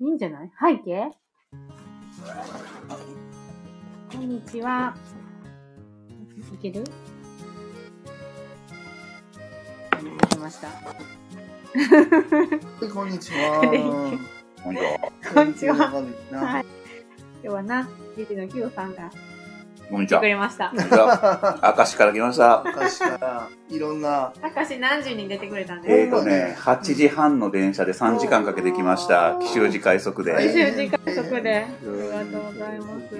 いいんじゃない背景こんにちは。いけるあできました。はい、こんにち はは。こんにちは。こんにちは。は。はい今日はな、ゆきのきよさんがこんに来ちてはく。れました。 明石から来ました。昔からいろんな。たかし何時に出てくれたんえでっ、ー、とね、8時半の電車で3時間かけてきました。奇襲時快速す。えーで。 20時間足で。ありがとうございます。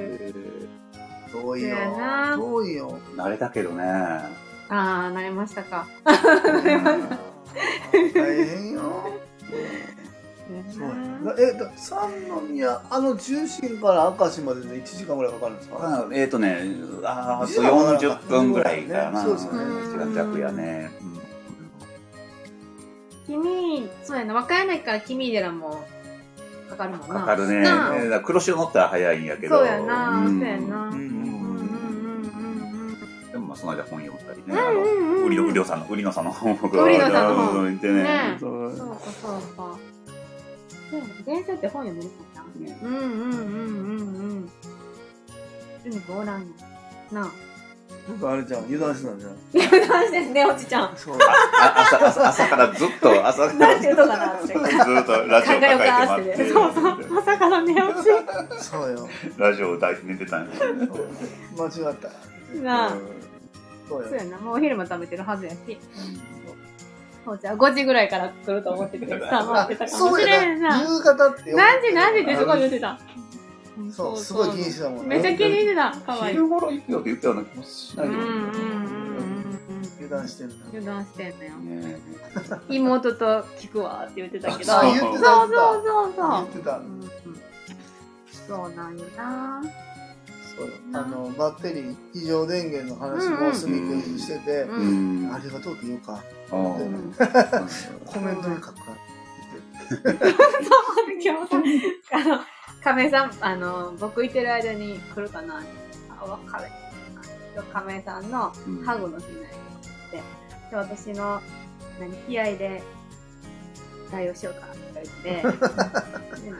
遠いそよやな。遠 いよ。慣れたけどね。あー、慣れましたか。大変よ。そうやなえ、だ三宮、あの中心から明石までで1時間ぐらいかかるんですかうんえっ、ー、とね、あーあと40分ぐらいかな。そうですね時間弱やね。うん君、そうやな、和歌山駅から君寺もかかるもんな。かかるね。なあえーだから黒潮乗ったら早いんやけど。そうやな、んそうやな。ううんうんうんうんんでもまあその間本読んだりうね。ん。あうのんうんうんウリのウリオさんのウリノ さんの本を僕ウリノさんの本行ってねねそうそうかそうか。そうやな電車って本読めるかねらな。うんうんうんうんうん。海子おらんよ。なあ。なんかあれじゃん、油断してたんじゃん。油断してんね、おじちゃん。そう。あ朝朝朝からずっ と朝かならんずて言うとかなって。考っとラジオえようか抱ーえってて。待そうってそう。朝から寝落ち。そうよ。ラジオを抱いて寝てたんですよね間違った。なあうんそうそうよ。やな、もうお昼も食べてるはずやし。そうじゃあ5時ぐらいから来ると思っててさ、待ってたかもそうしれやんな。な。夕方ってよ何時何時ってすごい言ってた。そう、すごい気にしてたもんめねっちゃ気にしてた。かわいい。う昼頃行くよって言ったような気もしないんでうんもうんうなんうん。油断してんだ。油断してんのよ。いね妹と聞くわって言ってたけど。あそう言ってたそうそうそ言っう。てたう。んうんそうなんよな。そうあのバッテリー非常電源の話もすみくんしてて、う。うんんありがとうって言うかあうーん、そうコメントに書くから今日さあの亀井さんあの僕いてる間に来るかなあわかる亀井さんのうんハグの日になりってで私の何気合で対応しようかって 言ってで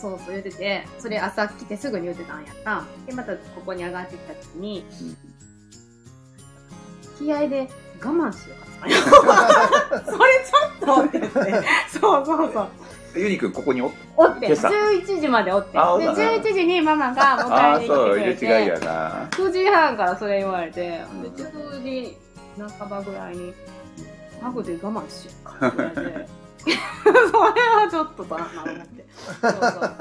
そうそう言っててそれ朝来てすぐに言ってたんやったでまたここに上がってきた時に気合で我慢しようかって それちょっとって言ってそうそうそうユニくんここにおっおって今朝11時までおってであおったな11時にママが迎えあーにそう入来れてくれ違いてやな9時半からそれ言われて、でうん10時半ばぐらいに、ハグで我慢しようかって言 われて、それはちょっとだなと思って。そうそうじゃあ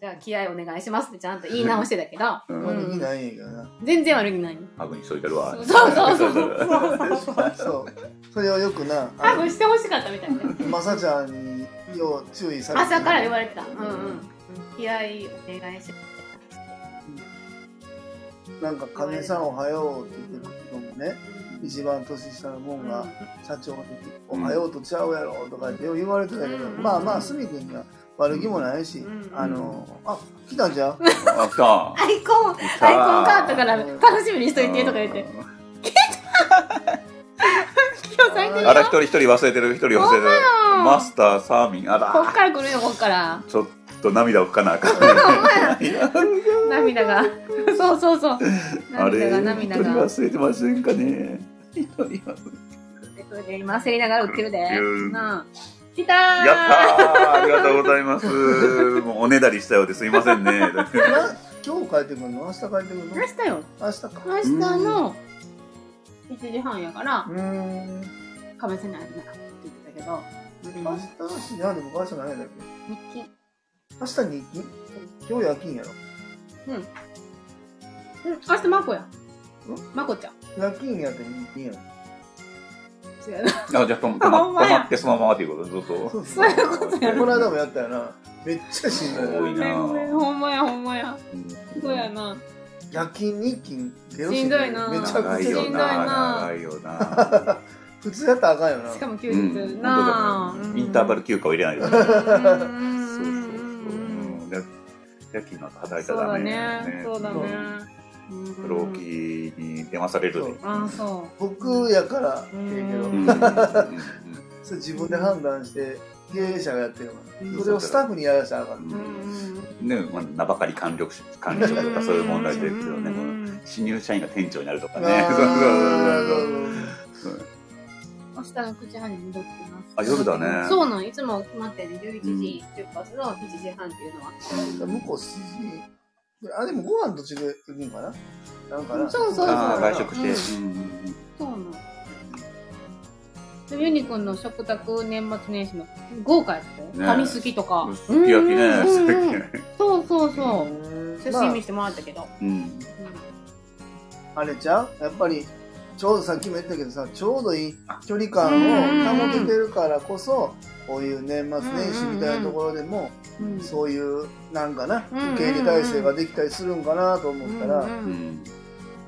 じゃあ気合お願いしますってちゃんと言い直してたけど、うん悪う気んないんやけどな、全然悪気ない。ハグにしといてるわそうそうそうそう そうそれをよくなハグしてほしかったみたいな。まさちゃんによう注意されて朝から言われてた。うんうん。気合お願いします。なんか「亀井さんおはよう」って言ってたのもね一番年下のもんが社長に「おはようとちゃうやろ」とかってよう言われてたけど、うんまあまあすみくんには悪気もないし、うんあのあ来たんじゃうあ来たアイコン、アイコンカードから楽しみにしといてとか言って。今日最低あら一よ。人一人忘れてる一人忘れてるほんまやマスターサーミンあこっらから来るよ、こっから。ちょっと涙を拭かなあかんね涙がそうそうそうあれ涙が涙一人が忘れてませんかね一人忘れてそれで今焦りながら売ってるでうんなあ来たーやったーありがとうございますもうおねだりしたようですいませんねな今日帰ってくるの明日帰ってくるの明日よ明日か明日の1時半やからうーん亀せないなって言ってたけど明日の日なんでも明日何やだっけ日記明日日記今日夜勤やろうん明日まこやまこちゃん夜勤やって日勤やろ違うな あじゃあと止ほんままや止まってそのままということずっとそうそそうういうことやこの間 もやったよなめっちゃしんどい多いなごめんごめんほんまやほんまやそうやな夜勤日勤ゲロしんどいなめちゃ長くいちゃしよんどいなな長いよな普通やったらあかんよなしかも休う日んなあ本当だねインターバル休暇を入れないとねそうそうそう。うんで夜勤なんか働いたそうらだダメねそうだねうん老期に電話されるで。そうああそう僕やからええけうどうんんうんうんそれ自分で判断して経営者がやってるかうんらそれをスタッフにやらせたらあかんうんね、まあ、名ばかり管理職管理職とかそういう問題出るけどね、このね新入社員が店長になるとかあね、そうーそうそうそう。明日の9時半に戻ってます。あ夜だねそうなん、いつも待ってね、11時出発の1時半っていうのは。向こう7時あでもご飯途中で行くんかななんかなそうそうそうああ、外食うんして。うんうんうんそうなん。でユニくんの食卓年末年始の豪華やったよ。ね紙すきとか。すき焼きうんうんうんうんね、そうそううそう。ん写ま真見せてもらったけど。うん。ああれちゃうやっぱりちょうどさっきも言ったけどさちょうどいい距離感を保ててるからこそこういう年末年始みたいなところでもうんそういうなんかなうん受け入れ体制ができたりするんかなと思ったうらうんうんん。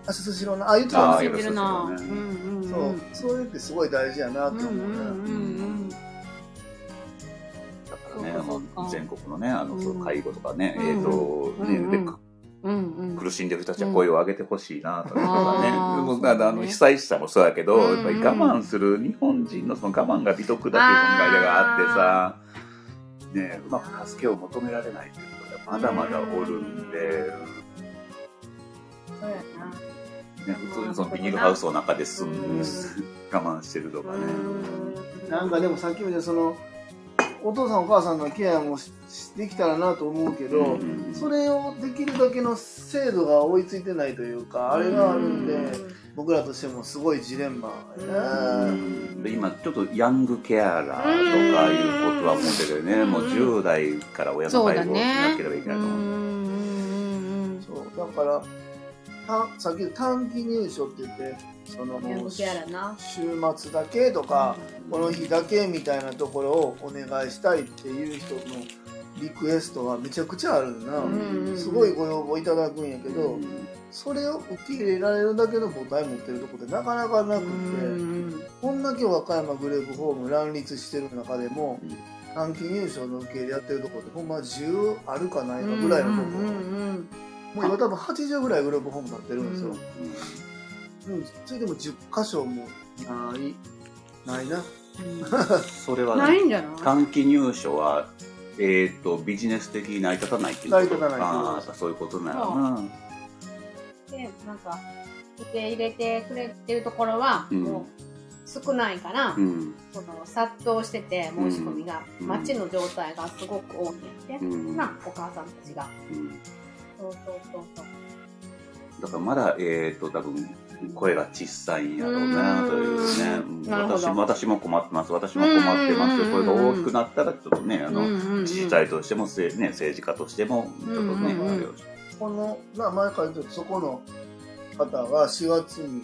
あスシローのあ言ってたあわー忘れてるな。よろしいですよねんんそうそういうってすごい大事やなうとん思うんうからうんうん。だからね、そうかそうかまあ全国のね、あの、うんその介護とかね、うんえっと、うんね、でうんうん。苦しんでる人たちは声を上げてほしいなとかね、あー僕はあそうのね被災者もそうやけど、うんうんやっぱり我慢する日本人のその我慢が美徳だっていう考えがあってさ、ね、うまく助けを求められないっていう人がまだまだおるんで、そうやな。ね、普通にそのビニールハウスの中で住んうん我慢してるとかね。なんかでもさっきも言ったそのお父さんお母さんのケアもししできたらなと思うけど、うんそれをできるだけの制度が追いついてないというかあれがあるんで、僕らとしてもすごいジレンマやね、で今ちょっとヤングケアラーとかいうことは思ってるよね、うんもう10代から親のそう介だ護をしねなければいけないとう思う。んそうだからたさっきの短期入所って言ってそのうんうんうんヤングケアラーな週末だけとか、この日だけみたいなところをお願いしたいっていう人のリクエストはめちゃくちゃあるな、うんすごいご要望いただくんやけど、それを受け入れられるだけの母体持ってるとこってなかなかなくって、こんだけ和歌山グループホーム乱立してる中でもうん短期入賞の受け入れやってるとこってほんま10あるかないかぐらいのとこ、もう今多分80ぐらいグループホームになってるんですよ、うんそれでも10箇所もないないなそれはねないんじゃない短期入所は、えー、とビジネス的に成り立たないっていう成ことり立たないああやっぱそういうことなのなでなんか受け入れてくれてるところはうんもう少ないから、うんその殺到してて申し込みが、うん街の状態がすごく多いって、うんなお母さんたちがうんそうそうそうそうだからまだえっ、と多分声が小さいんやろうなというねうんうんなるほ私ど私も困ってます私も困ってますうん声が大きくなったらちょっとねあの、うんうんうん自治体としてもせ、ね、政治家としてもちょっとね、うんうんうんあれをしこのな前から言ってたそこの方が4月に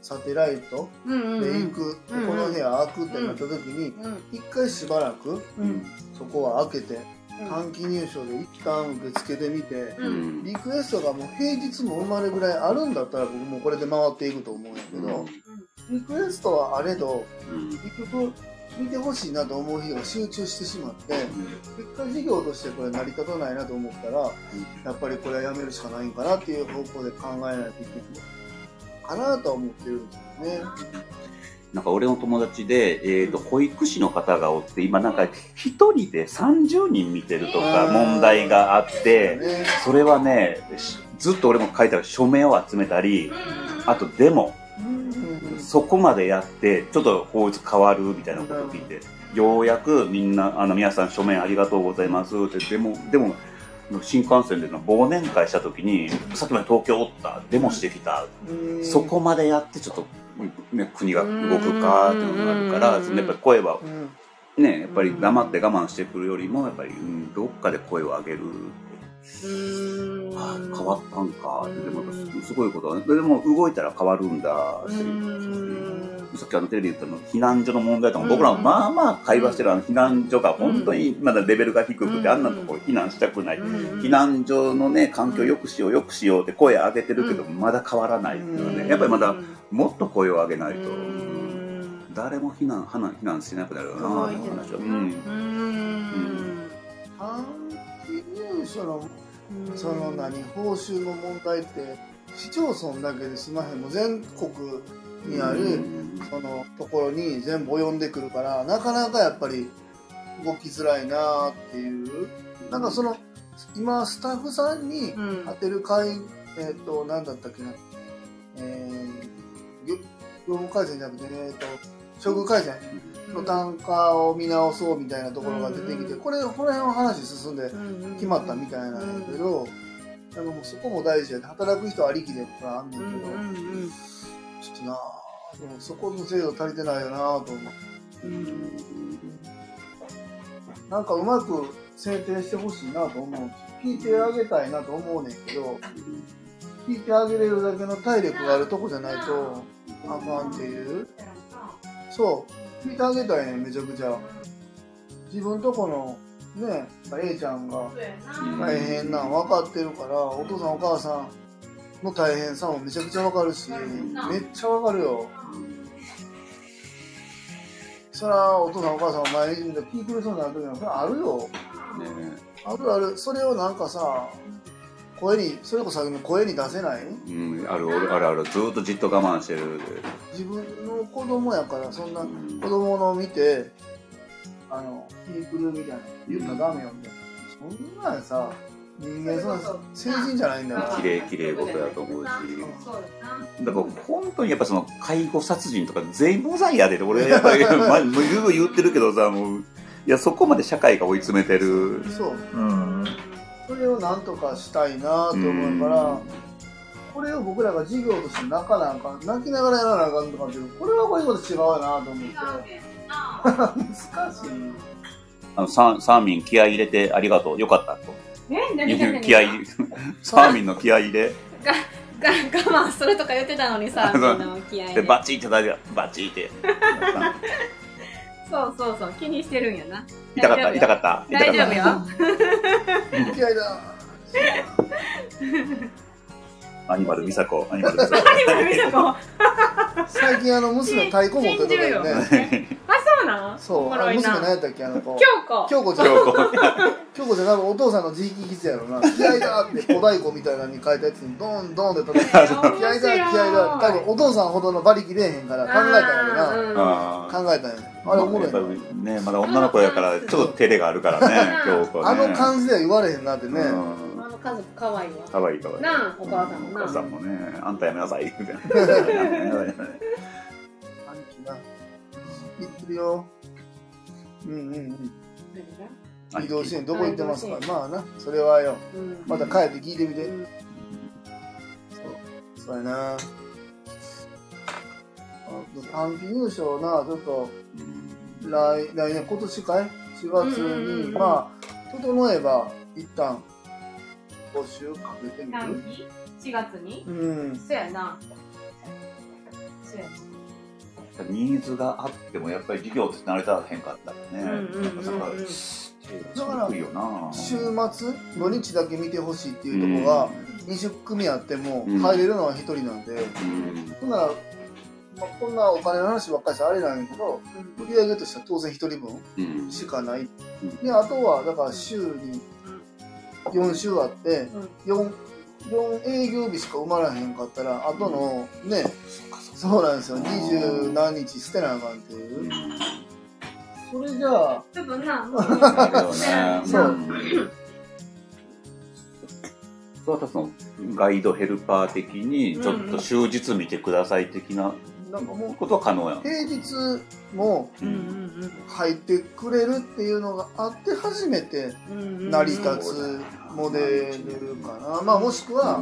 サテライトうんうんでう行んく、うんうんこの部屋開くってなった時にうん一回しばらくうんそこは開けてうん短期入所で一旦受け付けてみてうんうんリクエストがもう平日も埋まるぐらいあるんだったら僕もうこれで回っていくと思うんやけど、リクエストはあれどうん結局見てほしいなと思う日が集中してしまって結果事業としてこれ成り立たないなと思ったらやっぱりこれはやめるしかないんかなっていう方向で考えないといけないかなとは思ってるんですよね。なんか俺の友達で、えー、と保育士の方がおって今なんか一人で30人見てるとかうん問題があってねそれはねしずっと俺も書いたら署名を集めたりあとでもそこまでやってちょっと法律変わるみたいなことを聞いてようやくみんなあの皆さん署名ありがとうございますってでもでも新幹線での忘年会した時にさっきまで東京おったデモしてきたうんそこまでやってちょっと、ね、国が動くかっていうのがあるかうらんそのやっぱり声はうんねやっぱり黙って我慢してくるよりもやっぱり、うんどっかで声を上げる、うんあー変わったんかってでもうんやっぱすごいことだねでも動いたら変わるんだってうんさっきあのテレビで言ったの避難所の問題とか僕らもまあまあ会話してるあの避難所が本当にまだレベルが低くうんてあんなとこ避難したくないうん避難所のね環境を良くしよう良くしようって声上げてるけどうまだ変わらないっていううねんやっぱりまだもっと声を上げないと。うん誰も避難避難避難しなくなるよな動いっててない話はうんうん短期入所のうんその何報酬の問題って市町村だけで済まへんもう全国にあうるんそのところに全部及んでくるからなかなかやっぱり動きづらいなっていうなんかその今スタッフさんにうん当てる会えっ、と何だったっけなえー、業業務改善じゃなくてえっ、と処遇改善の単価を見直そうみたいなところが出てきて、うんこれこの辺の話進んで決まったみいたいなんだけど、なんかもうそこも大事やで働く人ありきでとかあんねんうけんど、うんちょっとなあでもそこの制度足りてないよなあと思ううんなんかうまく制定してほしいなと思う聞いてあげたいなと思うねんけど聞いてあげれるだけの体力があるとこじゃないとあかんっていうそう聞いてあげたいねんめちゃくちゃ自分とこのね A ちゃんが大変なん分かってるからお父さんお母さんの大変さもめちゃくちゃ分かるしめっちゃ分かるよそらお父さんお母さんお前に聞いてくれそうになる時なんかあるよねあるあるそれをなんかさ声にそれこそさっきの声に出せないうん、あるあるあるずーっとじっと我慢してる自分の子供やからそんなうん子供のを見てあの聞いてくるみたいな言ったらダメよみたいなそんなんさ人間そんな成人じゃないんだから綺麗綺麗事やと思うしそうだなだから本当にやっぱその介護殺人とか全員無罪やでって俺やっぱ りまあもう言う言ってるけどさもういやそこまで社会が追い詰めてるそううんそれをなんとかしたいなと思うから、これを僕らが事業として泣かなあかん泣きながらやらなあかんとかっていうこれはこういうこと違うよなと思って難しいあのサーサーミン気合い入れてありがとうよかったとえ何い何う何気合い サーミンの気合い入れ が我慢するとか言ってたのにさ、みんな気合いねでバチって叩いてバチってそうそうそう、気にしてるんやな。痛かった痛かった痛か大っ丈た夫よ。気合いだアニマル美佐子アニマル美佐子何も見たこ。最近あの娘太鼓持ってるとかよ信ねじるよあ、そうなんそうおもあろのい娘何な。やったっけあの子京子。京子ちゃん今日こう京子ちゃん多分お父さんの自力傷やろな気合いだって小太鼓みたいなのに書いたやつにドンドンって叩いて面気白い合いだ気合いだ多分お父さんほどの馬力出えへんから考えたんやろなあー考えたんやあれおもろいなやっぱりねまだ女の子やからちょっと照れがあるから ねうん京子ねあの感じでは言われへんなってね、うんあの家族可愛いわ。かわいいかわいいなあお母さんもなお母さんもねあんたやめな さいみたいな兄貴な行ってるようんうんうん移動支援どこ行ってますか移動まあなそれはようん。また帰って聞いてみて、うんそうやなあ短期優勝なちょっと来来年今年かい4月に、うんうんうんまあ整えば一旦募集かけてみ短る期四月にうんそうやな。そうやな。ニーズがあってもやっぱり事業として成り立たへんかったらね、うんうんうんうんだから低いよな週末土日だけ見てほしいっていうとこが20組あってもうん入れるのは1人なんで、うんほんなら、まあ、こんなお金の話ばっかりしたらあれなんやけど売り上げとしては当然1人分うんしかないうんであとはだから週に4週あってうん。 4, 4営業日しか埋まらへんかったらあとのね、そっかそっかそうなんですよ二十何日捨てなあかんってういんうそれじゃあ多分な。あれよねそうんそれはそのガイドヘルパー的にちょっと終日見てください的ななんかもうことは可能やん、平日もうんうん入ってくれるっていうのがあって初めてうん。成り立つモデルかな、まあ、もしくは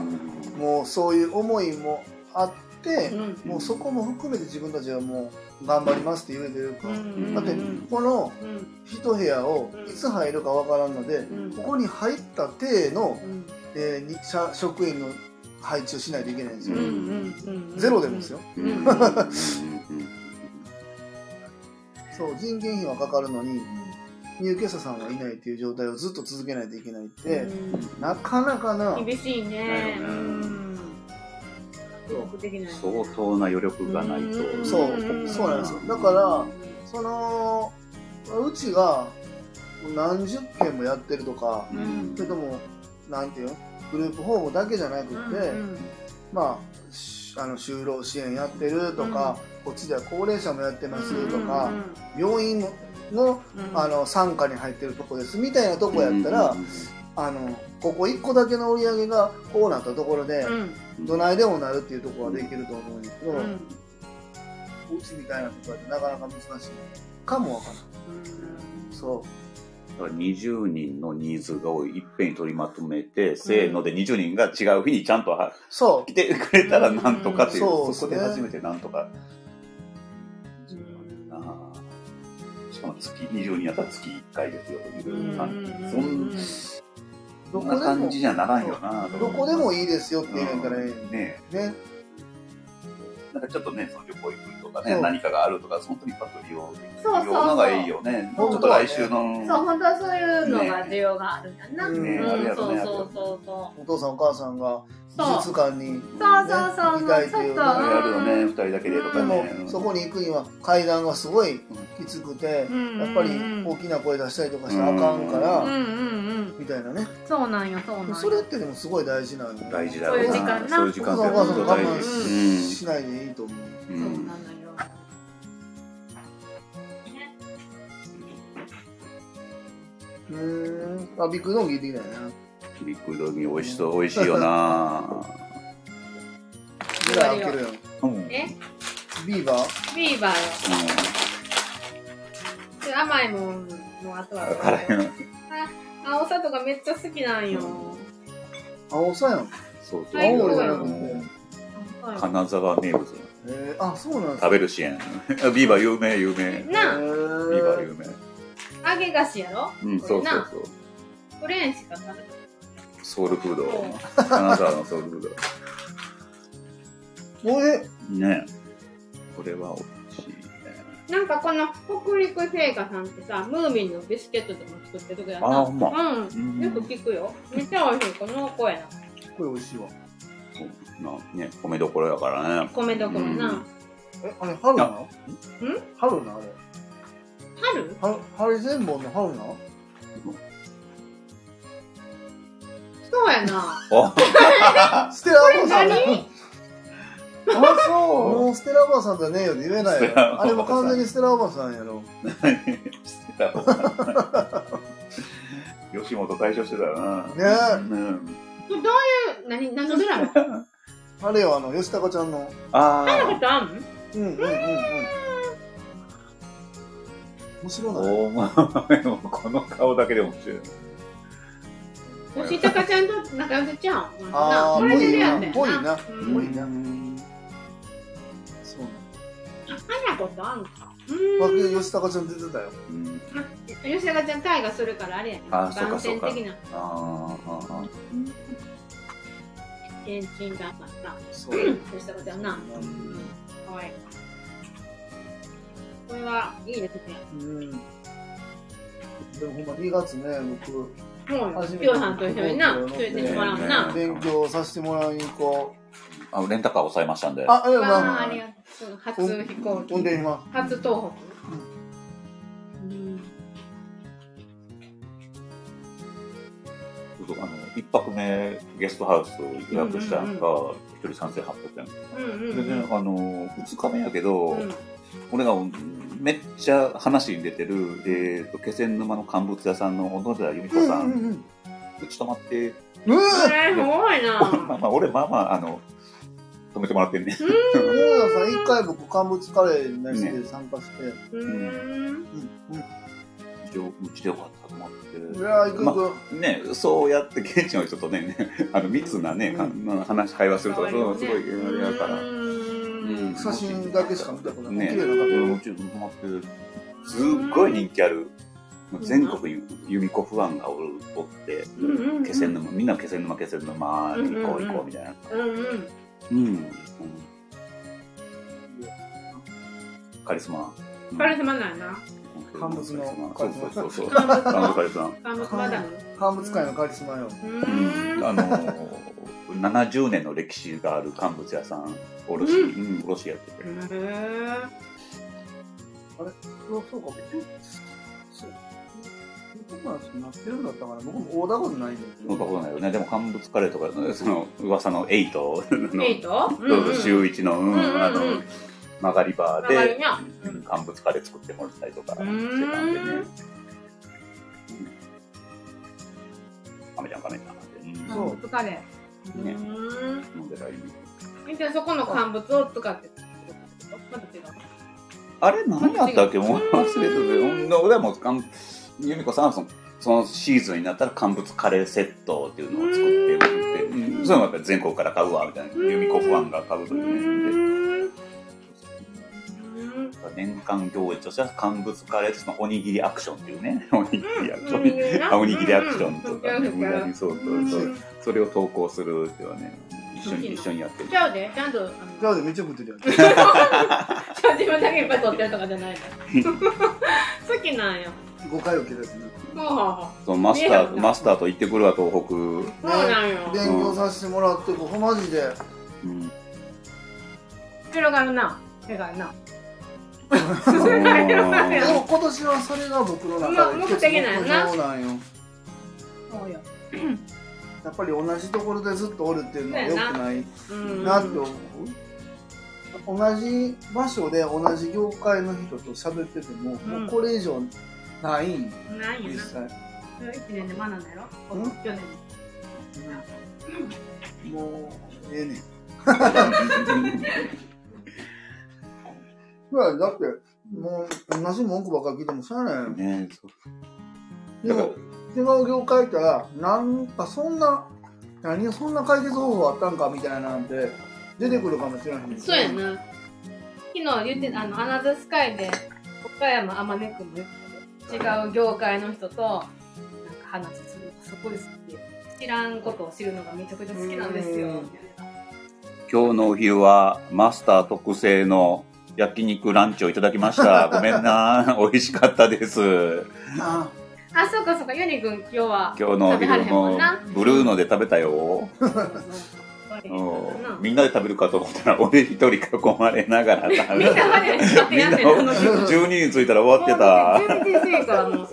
もうそういう思いもあってうん。もうそこも含めて自分たちはもう頑張りますって言えてるかうん。だってうんこのうん一部屋をいつ入るかわからんのでうんここに入った体のう、んえーに社職員の配置をしないといけないんですうよんうんうん。ゼロでもですようん。うん。そう人件費はかかるのに入居者さんがいないっていう状態をずっと続けないといけないって、なかなかな厳しいね。ううんん。できない。相当な余力がないとそうそうなんですよだからそのうちが何十件もやってるとかうんそれともなんていうのグループホームだけじゃなくて、まあしあの就労支援やってるとか、こっちでは高齢者もやってますとか、病院ものうんあの傘下に入ってるとこですみたいなとこやったら、うんあのここ1個だけの売り上げがこうなったところで、うんどないでもなるっていうところはできると思うんですけど、ううんちみたいなところってなかなか難しいかもわからんそだから20人のニーズをいっぺんに取りまとめて、せーので20人が違う日にちゃんとはうそ来てくれたらなんとかっていう、うんそこで初めてなんとか。うんあーしかも月、20人やったら月1回ですよという感じ。うんそんうそんな感じじゃならんよなどこでもいいいですよって言うんやったらえねえねなんかちょっとね、その旅行行くとかね、そう何かがあるとか、本当にパッと利用できるそうそうそうようなのがいいよね。ちょっと来週の。そう本当はそういうのが需要があるんだな、ねねうんありがとそううねそうそうそお父さんお母さんがそう美術館にうそうそうそうねそう見ちたょいっていっうとのがやるよね、う二ん人だけでとでかもね。そこに行くには階段がすごいきつくて、うんやっぱり大きな声出したりとかしたらあかんかうんら、うんうんみたいなねそうなんよそうなんよそれってでもすごい大事なの大事だそういうよ時間な。なそういう時間ってお本母さ当ん我大慢事。しないでいいと思う、う。そうんなのよねうーんあビッグドン聞いてきたよねビッグドミ美味しそう、美味しいよな。ぐらい開けるようん。えビーバービーバーよで甘いもんもあとは辛いの。青さとかめっちゃ好きなんよ、青さやんそうそう。最高やな青さよ金沢名物。えー、あそうなんです食べる支援。ビーバー有名、有名。ビなあーバー有名。揚げ菓子やろうん、そうそうそう。これんしか食べないソウルフード。金沢のソウルフーこれド。ね。これは美味しいね。なんかこの北陸製菓さんってさ、ムーミンのビスケットでも作ってるけどあーな。ほんまう。うんんよく聞くよ。めっちゃ美味しい。これ濃厚やな。これ美味しいわそうまあね、米どころやからね。米どころな。えあれ春なのん春なあれ春春春全本の春なそうやな。あ、あステラおばあさんこれあそうもうステラおばあさんじゃねえよって言えないステラおばよああさんれも完全にステラおばあさんやろ してたもんな 吉本解消してたよな。ねえうん。何、何のドラマあれよあの吉高ちゃんのあ見たこあ。とあんうんうんうんうん面白ないお前もこの顔だけでも面白いよね。吉高ちゃんと中藤ちゃん。あーこれでるやんね。ぽいなうすぽごいん。なうんそうなん見たことあんか。だあうん。吉高ちゃん出てたようん吉高ちゃんタイがするからあれやな。あーそうかそうか番宣的な。あーけんちんだった。そう吉高ちゃんな。あー。うんかわいい。これはいいですね。うんでもほんま2月ね僕もう、初めてピョさんと一緒にな、連れてってもらうな。勉強させてもらいに行こあ、レンタカー抑えましたんで。うあありがとうございわまあ、すありがとう。初飛行機飛ん。でみま初東北。うんそうそうあの一泊目ゲストハウス予約したのが一人三千八百円。うんでね、あの二日目やけど、うん。俺がめっちゃ話に出てる、えー、と気仙沼の乾物屋さんの小野寺由美すう子んさん、うんうんうち泊まって、 うんうんそれ、すごいまあな。まあ、俺、まあまあ、あの、泊めてもらってんね。さん一回僕乾物カレーになりして参加して、うん。一応うちでよかったと思って。いやー行く行まく、あね、そうやって、現地の人とね、 あの密なね、うんかん話、会話するとか、そういうのすごい、あれやから。うん。写真だけしか見たことない、ね綺麗な俺方もうち泊まってる。すっごい人気ある。全国に由美子ファンがおるおって、うんうんうん気仙沼、みんな気仙沼、気仙沼、行こう行こうみたいな。うんうん。うん。カリスマ。カリスマなんやな。うん乾物のそうそうそうそう。乾物乾物カリス マ。カムスマダム。乾物界のカリスマよううんん。あのー、70年の歴史がある乾物屋さん、卸、ううん、卸やってて。へーそうそうか別にそう僕なんですなってるんだったから僕も大だことないんですそんなことないよね。でも乾物カレーとか、その噂のエイトエイの、トそうそう週一の、うんうんうんうんあの、曲がりバー曲がるでにゃうん乾物カレー作ってもらったりとかしてたんでねううんーんカメちゃんカメちゃんってそうとかで。うーねん飲んでたりえじゃあそこの乾物を使ってまた違うあれ何やったっけもう忘れてたうん俺はもうかん由美子さんはそのそのシーズンになったら乾物カレーセットっていうのを作って売ってそれもやっぱり全国から買うわみたいな由美子ファンが買うとうーいうねでんう年間行事としては乾物カレーとそのおにぎりアクションっていうねおにぎりアクションーんあおにぎりアクションとかねうん無駄にそうそううんそうそれを投稿するっていうのはね一緒に一緒にやってるちゃうでちゃんとあのじゃあめっちゃ食ってるやんちゃんと今だけいっぱい撮ってるとかじゃないの好きなんや5回受けたやつねほうほうほそのマスタ見えへんもーんなマスターと行ってくるわ東北、ううそうなんよ勉強させてもらってここマジでん、広がるな広がるな広がるでなも今年はそれが僕の中で一つ目標なんよそうよやっぱり同じところでずっとおるっていうのは良くないうんなって思う同じ場所で同じ業界の人と喋ってても、んもうこれ以上ないんないよ実な際、 1年で学んだやろうん去年もうええねんぐらいだってもう同じ文句ばっかり聞いてもしゃあないよねそうでも違う業界行ったらなんかそんな何がそんな解決方法あったんかみたいなんて出てくるかもしれないそうやな昨日言ってたあのアナザースカイで岡山あまねくんも言ってたけど違う業界の人となんか話するのがすごい好き知らんことを知るのがめちゃくちゃ好きなんですうよん今日のお昼はマスター特製の焼肉ランチをいただきました。ごめんな。美味しかったです。なあそうかそうかユニくん今日は今日のお食べはれ昼へんもんもなブルーノで食べたよ。みうんんみんなで食べるかと思ったら、俺一人囲まれながら食べなはれへんしってみんやんなねんあの人12人ついたら終わってた。もう全然せえからもう持っ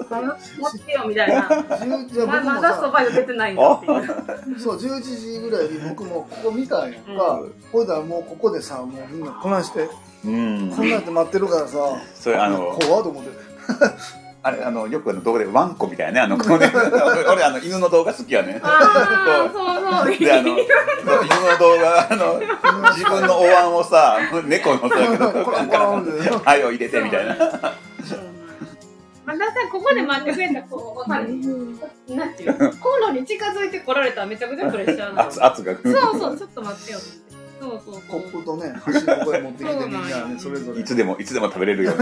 てよみたいなあ10じゃあま僕まもだそさば寄せてないんだっていうそう11時ぐらいに僕もここ見たんやんか、うんほいだらもうここでさもうみんなこないしてうん。こんなんで待ってるからさそれあの、怖っと思ってあれ、あの、よくあの動画でワンコみたいなね、あの、こうね俺俺あの、犬の動画好きやね。ああそうそうで、あの、犬の動画、あの、自分のお椀をさ、猫のさ、コロンコロンって はいを入れてみたいな。まあ、だからここで待ってくれたらこう分かるなんていうのコンロに近づいて来られたらめちゃくちゃプレッシャーなの圧圧が来るそうそうちょっと待ってよそうそうコそうップとね箸の声持ってきてみんそうななんねやそれぞれいつでもいつでも食べれるよね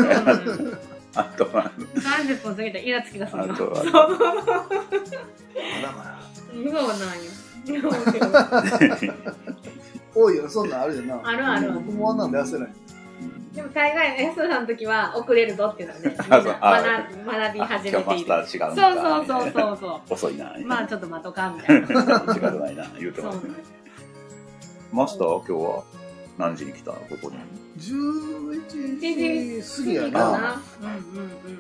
あとは30分過ぎたらイラつきだすあのとそうそはうそうだからなんよ多いよそんなんあるよなあるある僕もあんなんで痩せないでも大概安田さんの時は遅れるぞっていうのでみんなあそうあ学学び始今め日マていスるター違うんそうだそうそうそうそ遅いなうまあちょっと待とかみたいな仕方ないな言うてそうまなすんねよマスターは今日は何時に来たここに11時過ぎやあなうんうん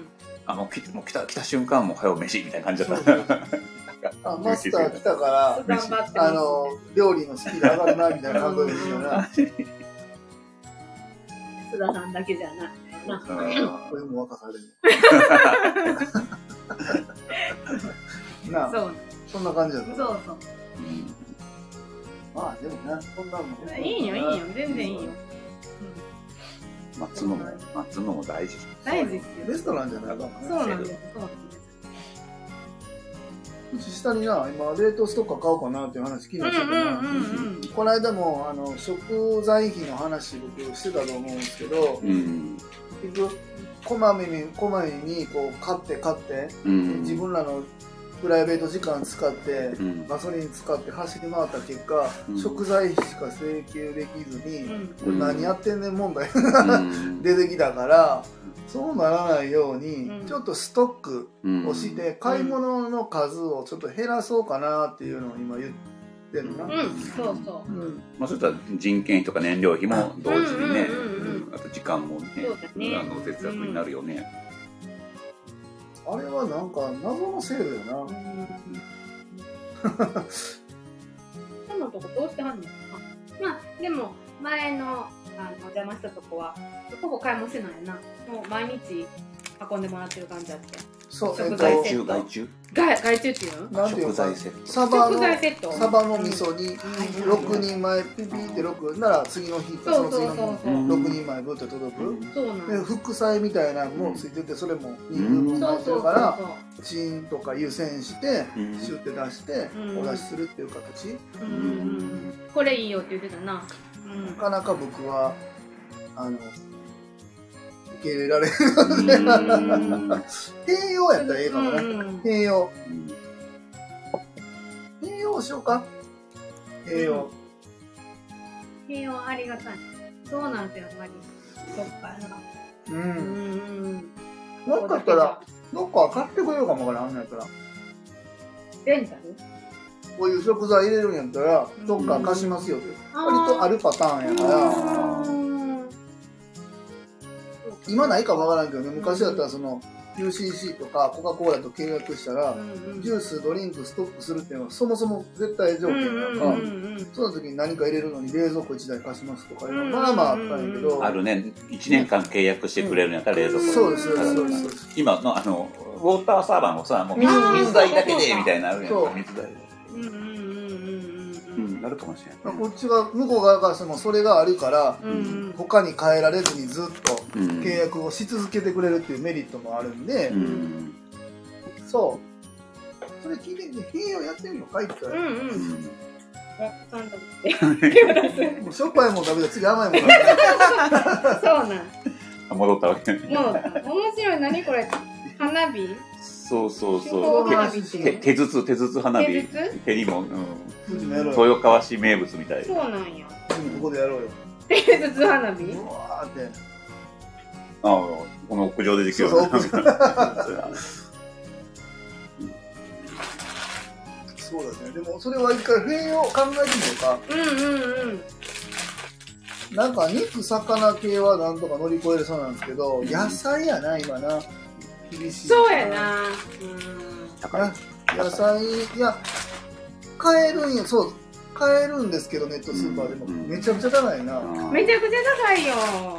あもう来もう来た来た瞬間もう早う飯みたいな感じだったあマスター来たからうん。頑張ってあます。の料理のスピード上がるなみたいな感覚ですよな須田さんだけじゃない。これも若さで もなあそう、そんな感じだそっうたそう。うんまあでもねそんなんもいいよ、いいよ、全然いいよ。待つのも待つのも大事大事ですレよ。ストランじゃないかもそねうなんですよ。そうなんですよ。うち下にな今冷凍ストッカー買おうかなっていう話聞いたんですけどなうんうんうんうん。この間もあの食材費の話僕してたと思うんですけどうん結局こまめにこまめにこう買って買ってうん自分らのプライベート時間使ってうんガソリン使って走り回った結果、うん食材費しか請求できずうに、ん。これ何やってんねん問題う ん出てきたからそうならないように、うんちょっとストックうんをして、買い物の数をちょっと減らそうかなっていうのを今言ってるな、うん、そうそうう。んまあ、そういった人件費とか燃料費も同時うんうにね、んうんうんあと時間もねそうだねあの節約になるよね、あれはなんか謎のせいだよな、でもとこどうしてはんのかなまあでも前のあのお邪魔したとこはほぼ買い物してないなもう毎日運んでもらってる感じあってそう、えっ食と材外セッ注ト外注外外注っていうのなんていう食か材セットサバの食材セットサバの味噌にうん6人前ピピって6なら次の日かそそのうそ次うそうそのう、日ん6人前分って届くそうなんで副菜みたいなのもついててそれも人う分んそも入うってそうそうるからそチンとか湯煎してうんシュって出してうんお出しするっていう形ううんうんうんこれいいよって言ってたなうんなかなか僕はあの受け入れられるうん 栄養やったらええかもねうん栄養栄養しようか栄養栄養ありがたいそうなんですよやっぱりそっかなううんんなかったらどっか買ってこようかもわからんのやったらレンタルこういう食材入れるんやったらうんどっか貸しますよって割あとあるパターンやかららうん今ないかもわからんけどね昔だったらその UCC とかコカ・コーラと契約したらうんうんジュースドリンクストップするっていうのはそもそも絶対条うん件うやんんか、うんうんその時に何か入れるのに冷蔵庫1台貸しますとかいううんのまあまああったんやけど、あるね1年間契約してくれるんやったら冷蔵庫そうですそうですそうですそうです今のあのウォーターサーバーもさもう水あー水代だけでみたいなのあるやんそかう水代うんうんうんうんううんんなるかもしれまあないこっちが向こう側がそのそれがあるからうんうん他に変えられずにずっとうん契約をし続けてくれるっていうメリットもあるんで、うんそうそれ聞いてみて「へえやってみようか」言ったうら、んうんうんそんなこと手を出すもうしょっぱいもん食べたら 次甘いもん食べたそうなんあ戻ったわけもう面白い何これ花火そうそうそ手う工花火って手いう手筒手筒花火手筒手にも、うん、うちもやろうよ豊川市名物みたいそうなんやうちもここでやろうよ手筒花火うわーってあこの屋上でできるそうそう屋そうですねでもそれは一回へえを考えてみようかうんうんうんなんか肉魚系はなんとか乗り越えるそうなんですけど野菜やな今な厳しいそうやなうん高い野菜いや買えるんやそう買えるんですけどネットスーパーでも、うんめちゃくちゃ高いな、めちゃくちゃ高いよ。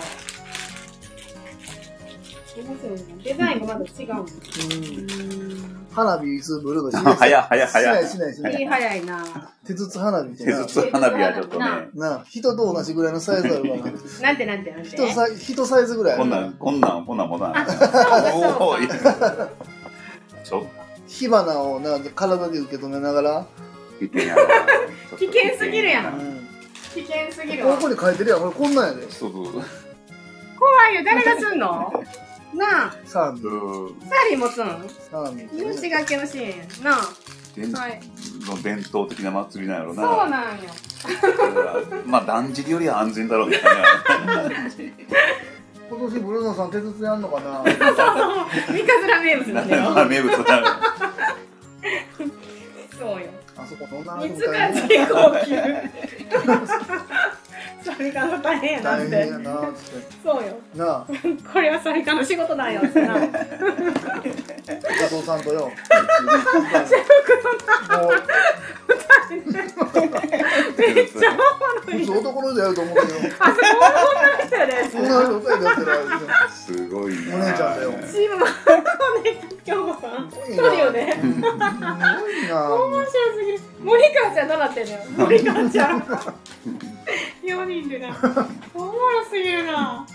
デザインがまだ違うもん。うんう花火いつブル ーがし早い早しいな早いいしないしー。なんいいい早いな。手筒花火って手な筒花火はちょっとねなあ人と同じぐらいのサイズあるからな なんてなんてなんて。人サイ人サイズぐらいあこるんなんこんなんこんなんもなそうおーいかそうかちょっと火花をな体で受け止めながら、危険やなちょっと危険すぎるやんう、なん危険すぎるわ。ここ怖に書いてるやんこれこんなんやでそうそうそういよ。誰がすんの？なあ、サーミンうんサリーもつん。サーミンってね命がけのシーン。なあ、伝はい。の伝統的な祭りなんやろそなうなんよ。まあだんじりよりは安全だろうみたいな今年ブルーノさん手筒やんのか な三日面名物なんだまあよ。名物だなそうよ。あそこの女の三子つみたが いな最高級。 それが大変やな大っ変てや。なっつっそうよ。てなあこれはサリカの仕事だよってな。加藤さんと よ。もうめっちゃ普通男の人やると思うけど、女の人二人でやってるあすごいなお姉ちゃんだよチームの京子さん。れトリオね。すごいな。すごい面白すぎる。森川ちゃんどうなってんのよ。森川ちゃん。4人でな。おもろすぎるな。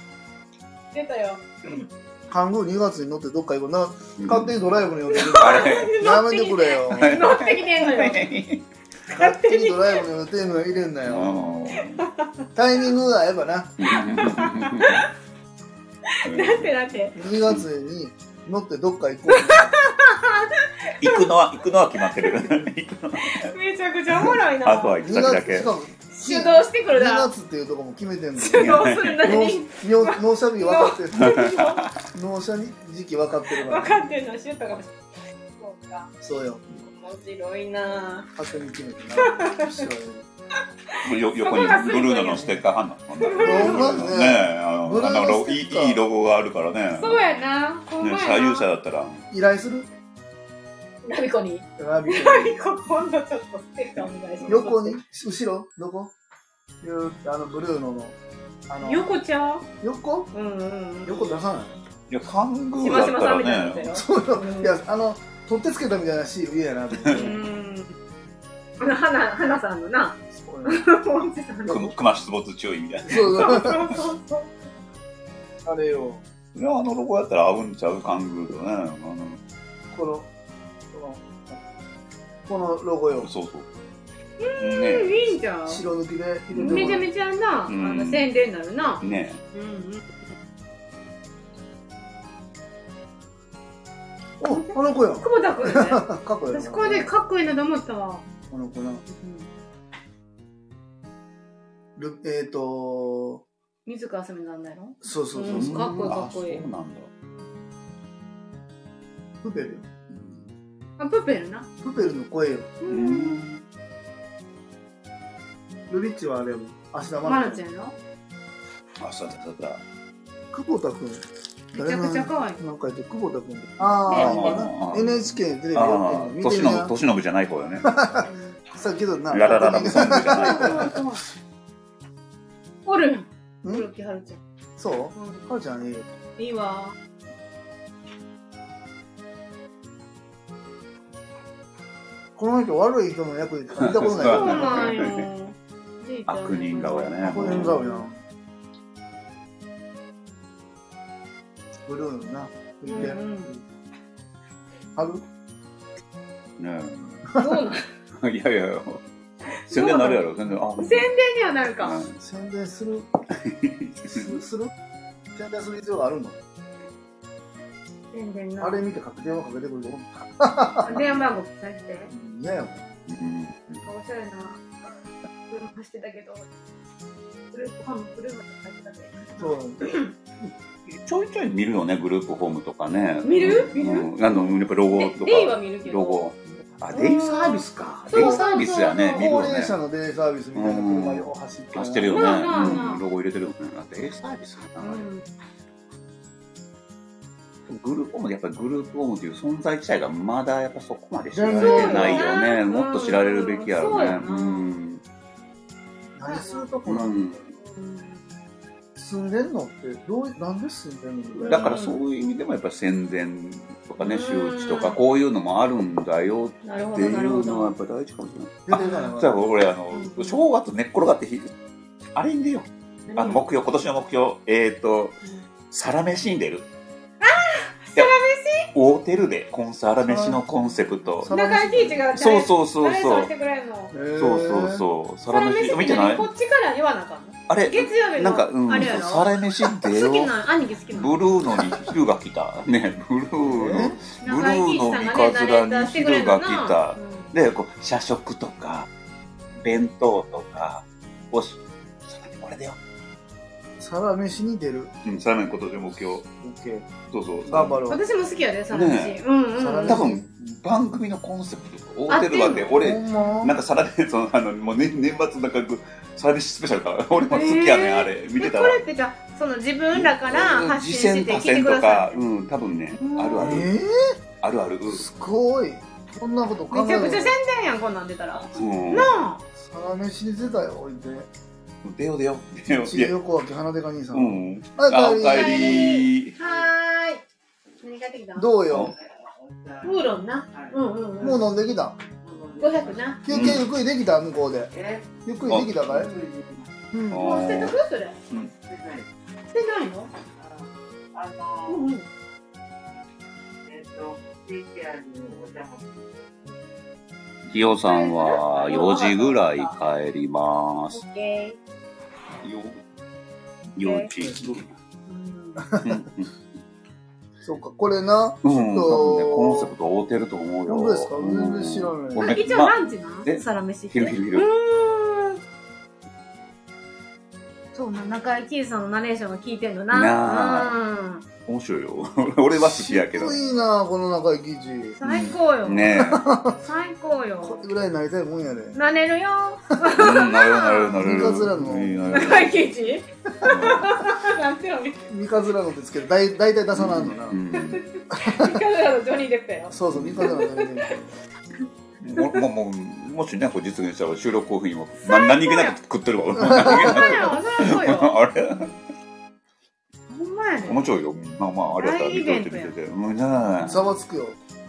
出たよ。な。韓国2月に乗ってどっか行こうな。うん勝手にドライブに呼んでる。 あれやめてくれよ。乗ってきてんのよ。勝手にドライブに予定の入れんなよ。タイミングが合えばな。なんてなんて。 2月に乗ってどっか行こう。行くのは行くのは決まってる行くのはめちゃくちゃおもろいな。あとは行く2 先だ月けしかも主導してくる2な。月っていうとこも決めてんの。主導するな に。納納車日分かってる。納車時期分かってる分 から。かってるのはシュートかもしれない。そうか。そうよ。面白いな。勝手に決めてな。面白いよ横にブルーノのステッカー貼んのほんなほらんまねですねあのブルーあのノロステいッカーいいいロゴがあるからねそうやな。ほんねまやな。左右者だったら依頼するナビコに。ラビナビコ今度ちょっとステッカーお願いします。横に後ろどこゆうあのブルーノのあの横ちゃう横うんうんうん。横出さないいや、カングー島だっ島たさんみたいらなことやね、ろ。そうようんいやあの取ってつけたみたいなシール嫌やなと思ってうん。あの、花、花さんの な、そうよおじさんの。く熊出没注意みたいな。そそうそううそうそうそう。あれよいや、あのロゴやったら合うんちゃうカングーとね。あこのこのこのロゴよの、そうそう。うん、ねいいんじゃん。白抜きで入れてめちゃもめちゃな、あうんの宣伝になるなえ。。ねうんうん。おこの子よ久保田君ね。かっこよな私これでかっこいいなと思ったわ。この子なルえっ、ー、と水川あさみなんだよ。そうそうえ。そうそううんかっこいいかっこいいあそうなんだ。プペルよあ、プペルな。プペルの声よう。うんん。ルリッチはあれも芦田マ愛ナち菜ちゃゃんんやあ、そうだそうだ。久保田君ろ。めちゃくちゃ可愛い。なんか言って久保田君あねあね今な NHK テレビやあってあ、るの見年てみなの、年のぶじゃない方よ ね。さっきのなララララブソングじゃない方。おるよ。ん黒木春ちゃん。そう母ちゃんねんいいわ。この人悪い人の役で見たこと ないそそううなよなんんよ。悪人顔やね。これ顔やんブルーのなうんうんあるね どうなんえ。いやいやいや。宣伝なるやろ、宣伝。あ、宣伝にはなるか。宣伝す るするする宣伝する必要があるの宣伝なあれ見てかけ電話かけてくると思電話番号出して。う嫌やもんうん。おしゃれな。車走ってたけど。グループファンもグループファンも入ってたで。そうちょいちょい見るよね、グループホームとかね。見る見うるん、あの、やっぱロゴえとか。レイは見るけど。ロゴ。あ、デイサービスか。そうデイサービスやね、見る高よ齢ね。者のデイサービスみたいな車よう走って走ってるよね。まあまあまあうんロゴ入れてるよね。あ、デイサービスかうな。ん。グループホーム、やっぱりグループホームという存在自体がまだやっぱそこまで知られてないよそうね。よねもっと知られるべきやろそうね。やなうん。何するとこうなんん住んでんのってどうなんで住んでんのみたいなだからそういう意味でもやっぱ戦前とかね、うん周知とかこういうのもあるんだよなるっほていど、なるほうのはやっど。ぱ大事かもしれない。出てないじゃあ俺あの、うん正月寝っ転がってひあれに出よう。あの目標、今年の目標、えっ、ー、と、サラメシに出る。ああサラメシ大テルで、コンサラメシのコンセプト。サラ中井貴一がそうそうそう誰そそうし。てくれるのそうそうそう。サラメシ、見てないこっちから言わなあかんのあれ、月曜日のなんか、うん、あれやろサラメシ好出よきう。な兄貴好きなブルーのに昼が来た。ね、ブルーの。ブル中井貴ー一のさん三が日ねナレー面ターにしてくれ昼るのがな来た。で、こう、社食とか、弁当とか、おし、サラメこれだよ。サラ飯に出るうん、サラメ今年の目標。オッケーそうそう。頑張る。ろう私も好きやで、サラメねシ。うんうん。サラメシ多分、番組のコンセプトと合うてるわけ。俺、ほんなまんかサラメそのあのもう年年末なんかぐサラメシスペシャルか 俺も好きやねん、えーあれ見てえたこわれってじゃあその自分らから発信しててうん聞いて実践く多だ戦さとかいってうん多分ねうんあるある、えあるあるー、すごいこんなこと考えめちゃくちゃ宣ゃ伝やん、こんなん出たら。なうんあサラ飯に出たよおいで出よう出よう出ようちいびや横脇花でか兄さん、うんああおおかかええりはーい。何買ってきたどうよウーロンな。うんうんうん。もう飲んできた500な。休憩ゆっくりできた向こうでえゆっくりできたかい、うん、ああもう捨てとくそれ。捨てないのあうの、んうん。えっと、VTR にお邪魔ひよさんは4時ぐらい帰りまオすッケよ4時ー。うんそっかこれなうん、ちうん、多分ねコンセょっプト合うてると思うよ本当ですか全然知らない俺一応まあランチなえサラメシって昼昼昼うーんそうな中井貴一さんのナレーションが聞いてんのななうん面白いよ 俺は好きやけとどいいなこの中井貴一最高よ、ねえ最高こよれぐらいになりたいもんやでなれるようんなるなるなる。いたずらのうんなる中井貴一なんて読み三日面のってつけるだい大体出さなあのな、うんカメラのジョニー・デップやよそうそう三日面のってつけるももももしねこれ実現したら収録コーヒーも、まあ、何気なく食ってるわ俺も何気ほんまなやわ、そりゃそうよ。く あれほんまやね。面白いよまあまあありがたい大イ見ベとンいトてや見ててうんじ ゃざわつくよ。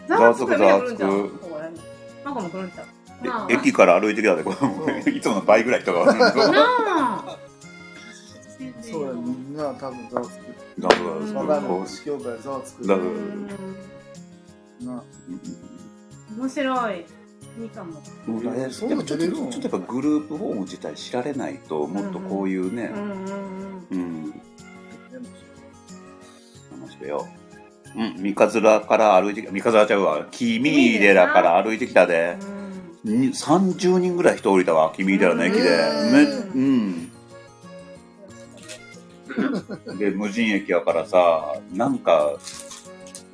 ざわわつつくくざざわわつつくく。なんかもくるんちゃう。まああ駅から歩いてきたでこれもういつもの倍ぐらい人が な頑あ。そうや、みんな多分ざわつく。張る我が家の市協会ざわつく。だなううんん面白い。いいかも。うんやっぱちょっとちょっとやっぱグループホーム自体知られないともっとこういうねうんうんうん。うん話だよ。うん、三日面から歩いてきた、三日面ちゃうわ、君寺から歩いてきたで、に30人ぐらい人降りたわ、君寺の駅で。めううん。で、無人駅やからさ、なんか、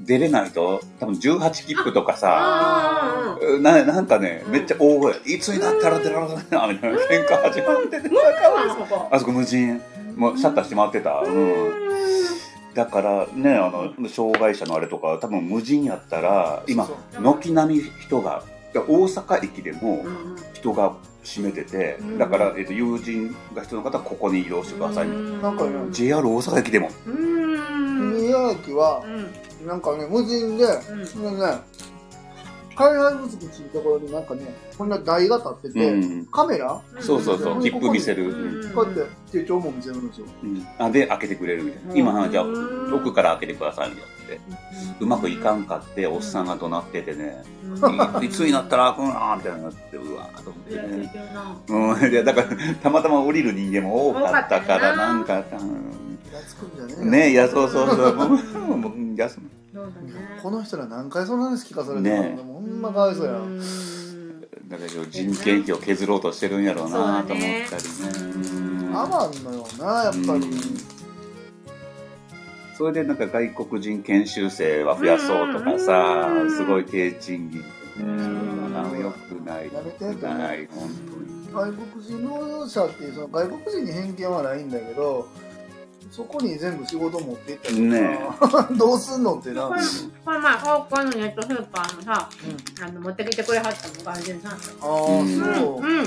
出れないと、多分18切符とかさ、ああ。ななんかね、うんめっちゃ大声、いつになったら出られないな、みたいな喧嘩始まってて、かわいそこ。あそこ無人、もうシャッター閉まってた。うんだからねあの障害者のあれとか多分無人やったら今そう軒並み人がだから大阪駅でもうん人が占めてて、うんだから、えっと友人が必要な方はここに移動してください、なんかねうん。 JR 大阪駅でもうん。宮崎はう、んなんかね、無人で、うんそのね、開発物口のところになんかね、こんな台が立ってて、うんカメラそうそうそううん切符見せる、うんこうやって手帳も見せるんですよ。うんあで開けてくれるみたいな、うん今じゃあうん奥から開けてくださいみたいなってうまくいかんかっておっさんが怒鳴ってて ね、いいつになったら開くなみたいになってうわーと思って、いやねいけるなうん、いやだからたまたま降りる人間も多かったから多なんかかうんやつくんじゃねえよねいやそうそうそう もうもう休むそうだねこの人ら何回そんな話聞かされてねるのほんまかわいそうや。うんだから人件費を削ろうとしてるんやろうなと思ったりねアマンのような、やっぱり。それでなんか外国人研修生は増やそうとかさうんすごい低賃金ってねそうんんなのよくないやめてってない本当外に国人労働者っていう、その外国人に偏見はないんだけど、そこに全部仕事持っていったねりとか、 どうすんのってな。こうんれこれ前香港のネットスーパーのさあの持ってきてくれはったの外人さんああ、そうう。ん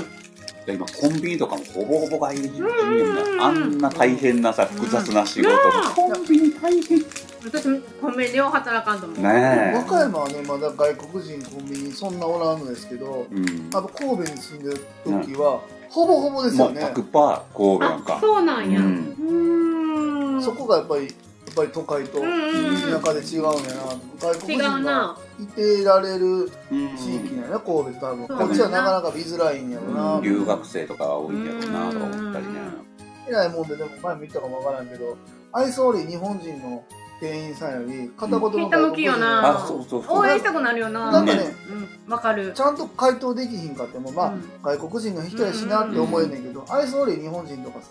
で今コンビニとかもほぼほぼ外人みうんなあんな大変なさ複雑な仕事うんコンビニ大変私コンビニでは働かんと思うねえ和歌山はね、まだ外国人コンビニそんなおらんのですけど、うんあと神戸に住んでる時は、ほぼほぼですもようね。 100%神戸なんあか。そうなんやううんーんそこがやっぱり、やっぱり都会とうんうんうん田舎で違うんやな。外国違人うがないてられるうん地域なんやな、神戸多分。そうこっちはなかなか見づらいんやろな。うん留学生とか多いんやろうなとか思ったりね。えらいもんで、でも前も言ったかもわからんけど、愛想悪い日本人の店員さんより、片言のうん傾きよな外国、人あそうそうそ応う。援したくなるよななんかね、うんわかるちゃんと回答できひんかっても、まあ、うん外国人の人やしなって思えんねんけど、愛想悪い日本人とかさ、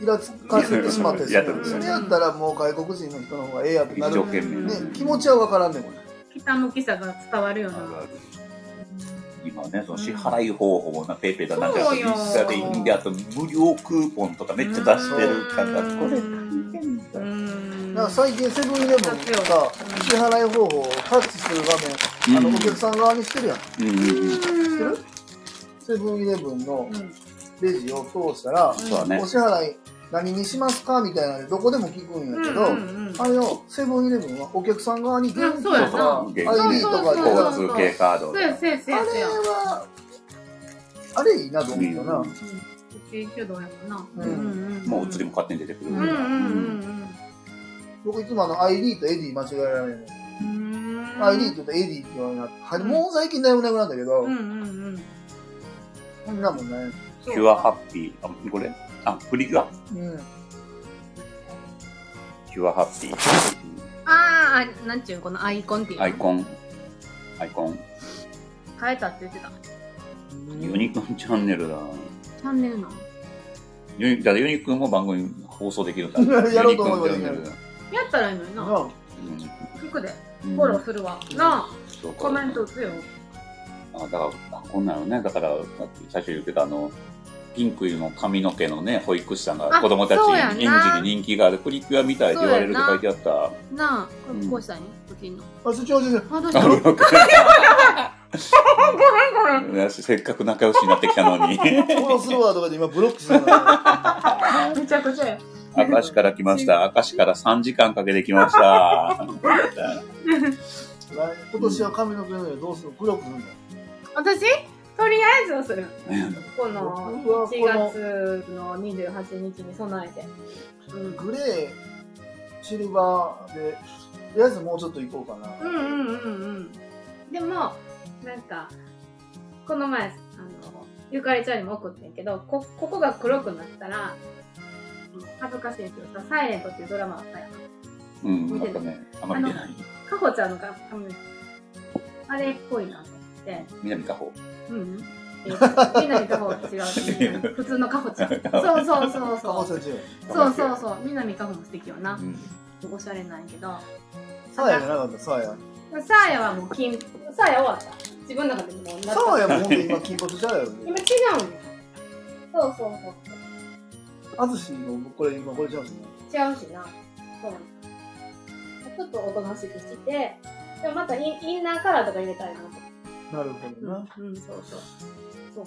イラつかせてしまったりすいやいるや。それやったらもう外国人の人の方がええやって一な生る。懸命。ね、気持ちはわからんねん、これ。北向きさが伝わるよな今ね、その支払い方法もな、ペイペイだなんかそうよ一でいいんで、あと無料クーポンとかめっちゃ出してるから、うんこれ大う変だ。んなんか最近セブンイレブンさ、うん支払い方法をタッチする画面、あの、うんお客さん側にしてるやん。うんうんうん。知ってるセブンイレブンのうんレジを通したら、そうだねお。支払い何にしますかみたいなのでどこでも聞くんやけど、うんうんうんあれをセブンイレブンはお客さん側に現金とそうやかな ID 現と金そうそかでう交通系カードそうやそうやそうやあれそうやはあれいいなと思うよな、うん一周道やもんなうんんんもうお釣りも勝手に出てくるうんうんうん僕いつもあの ID とエディ間違えられうない、んうーん ID とエディって言われなはうんもう最近だいぶなくなったけうど、んうんうんこんなもんね、キュアハッピー。あ、これあ、プリキュア。うん、キュアハッピー。あーあなんちゅうこのアイコンっていうのアイコン、アイコン、変えたって言ってたユニくんチャンネルだ。チャンネルのユニだからユニくんも番組放送でき るんだ。やろうと思えばユニくんチャンネルだやったらいいのになな服でうんフォローするわなあそうかコメント打つよあ、だから、こんなのね、だから、さっき最初言ってたあの、ピンクの髪の毛のね、保育士さんがあ子供たちそうやんな園児に人気があるプリキュアみたいって言われるって書いてあった。なあこうれんこうしたいねこっちのあそっちおじいあどうしあたののなんかごめんごめん。 せっかく仲良しになってきた のに。フォローするわとかで今ブロックするのよ めちゃくちゃや。明石から来ました。明石から3時間かけて来 ました。来今年は神の国の夜どうするのブロックするの私とりあえずをする。この僕はこ1の月の28日に備えて。グレー、シルバーで、とりあえずもうちょっと行こうかな。うんうんうんうん。でも、なんか、この前、あの、ゆかりちゃんにも送ってんけど、こ、ここが黒くなったら、恥ずかしいけどさ、サイレントっていうドラマあったやん。うん、なんかね、あんま見てない。かほちゃんのか、あのあれっぽいなと思って、南かほ。うんうん。えーみんなにかほ違 う。普通のかほちゃん。そうそうそうカそうホ。先生。そうそうそう。南かほも素敵よなう。ん。おしゃれなんやけど。サーヤじゃなかった、サーヤ。サーヤはもう金、サーヤ終わった。自分の中でもうなサった。今ーヤもほんと今金髪ちゃうやろ。違うんよ。そうそうそう。あずしの、これ今これちゃうんすね。違うしな。そうちょっとおとなしくしてて、でもまたインインナーカラーとか入れたいなと。なるほどな。うん、そうそう。そ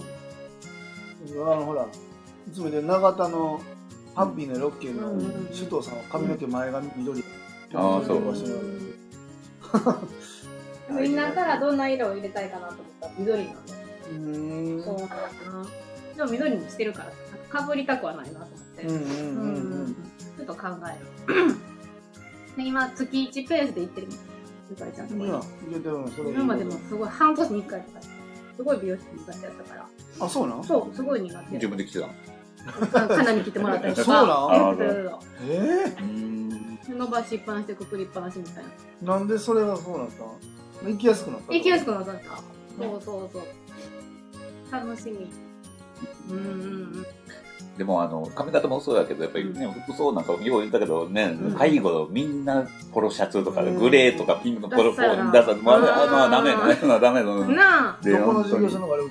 う。あの、ほら、いつもで長田のハッピーなロッケのうんうん首藤さんは髪の毛前髪緑。ああ、そうんう。でもインナーカラーどんな色を入れたいかなと思ったら緑なんだよ。うーん。そうなんだな。でも緑にしてるから、かぶりたくはないなと思って。うんうんうんううんうんん。ちょっと考える。 で今、月1ペースで行ってるもん。ゆかりちゃんとこいにや、いけてるの、それ。今までもすごい半年に1回とかすごい美容室苦手だったからあ、そうなんそうすごい苦手自分で来てたの。かかなり切ってもらったりとかそうなんそうそうえうん。そう伸ばしっぱなしでくくりっぱなしみたいなえなんでそれがそうなったの行きやすくなった行きやすくなったんですかそうそうそう楽しみうんうんでも、あの、髪型もそうだけど、やっぱりね、服装なんかもよう言ったけどねうん、背後みんなポロシャツとかで、うんグレーとかピンクのポロポロダッサいな出さず、まあ、あのはダメ、うんあのはダメだうなんなで、どこの本授当業所に。の悪口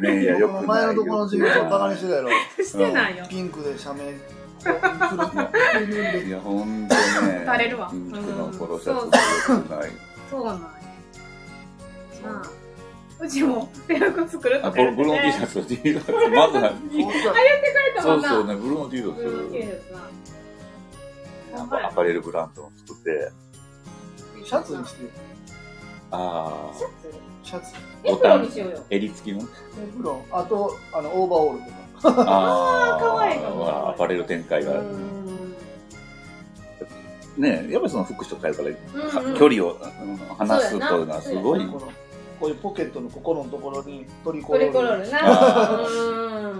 ねいや、よくない。前のところの授業所バカにしてたやろあしてないよピンクで社名 いや、ほんとね。疲れるわピンクのポロシうャんツよくない。そうなんやなあうちも制服作るとあ、かブロ言ブロン T シャツ、T シャツ、まずは、そうそそううね、ブロン T シャツ、なんかアパレルブランドを作って、シャツにしてあシあ、ャツシャツエプロンにしようよ襟付きのエプロンあとあのオーバーオールとかああー可愛いかもまあアパレル展開が、うんねやっぱりその服装変えるから、うんうんか距離をうん離すというのはそうすやなごいこのこういうポケットのここのところにトリコトローリルコロールあな。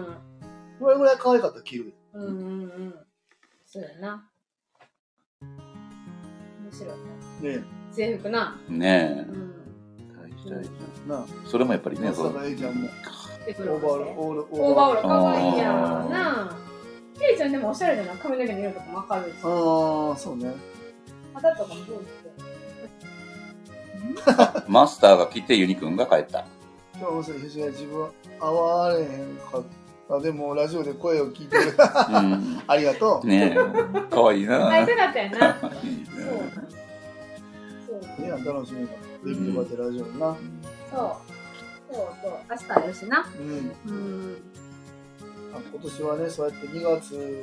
これぐらい可愛かったら着るうん。うんうんうん。そうやな。面白いな。ね制服な。ねうん。え大事大事えなあそれもやっぱりね松そ坂うエイちゃんもエプオローンバしーオールて。オールオーバーオールあー可愛いやん。なあ。ケイちゃんでもおしゃれだな。髪の毛の色とかも明るいし。ああそうね肌とかもどうして。マスターが来てユニくんが帰った今日もそれ藤井自分は会われへんかったでもラジオで声を聞いてるうんありがとうねえかわいい大な手だったよ な。いいねそうなんや。そういや楽しみだデビューバテラジオなそう。そうそう。明日やるしな。うんうん。あ今年はね、そうやって2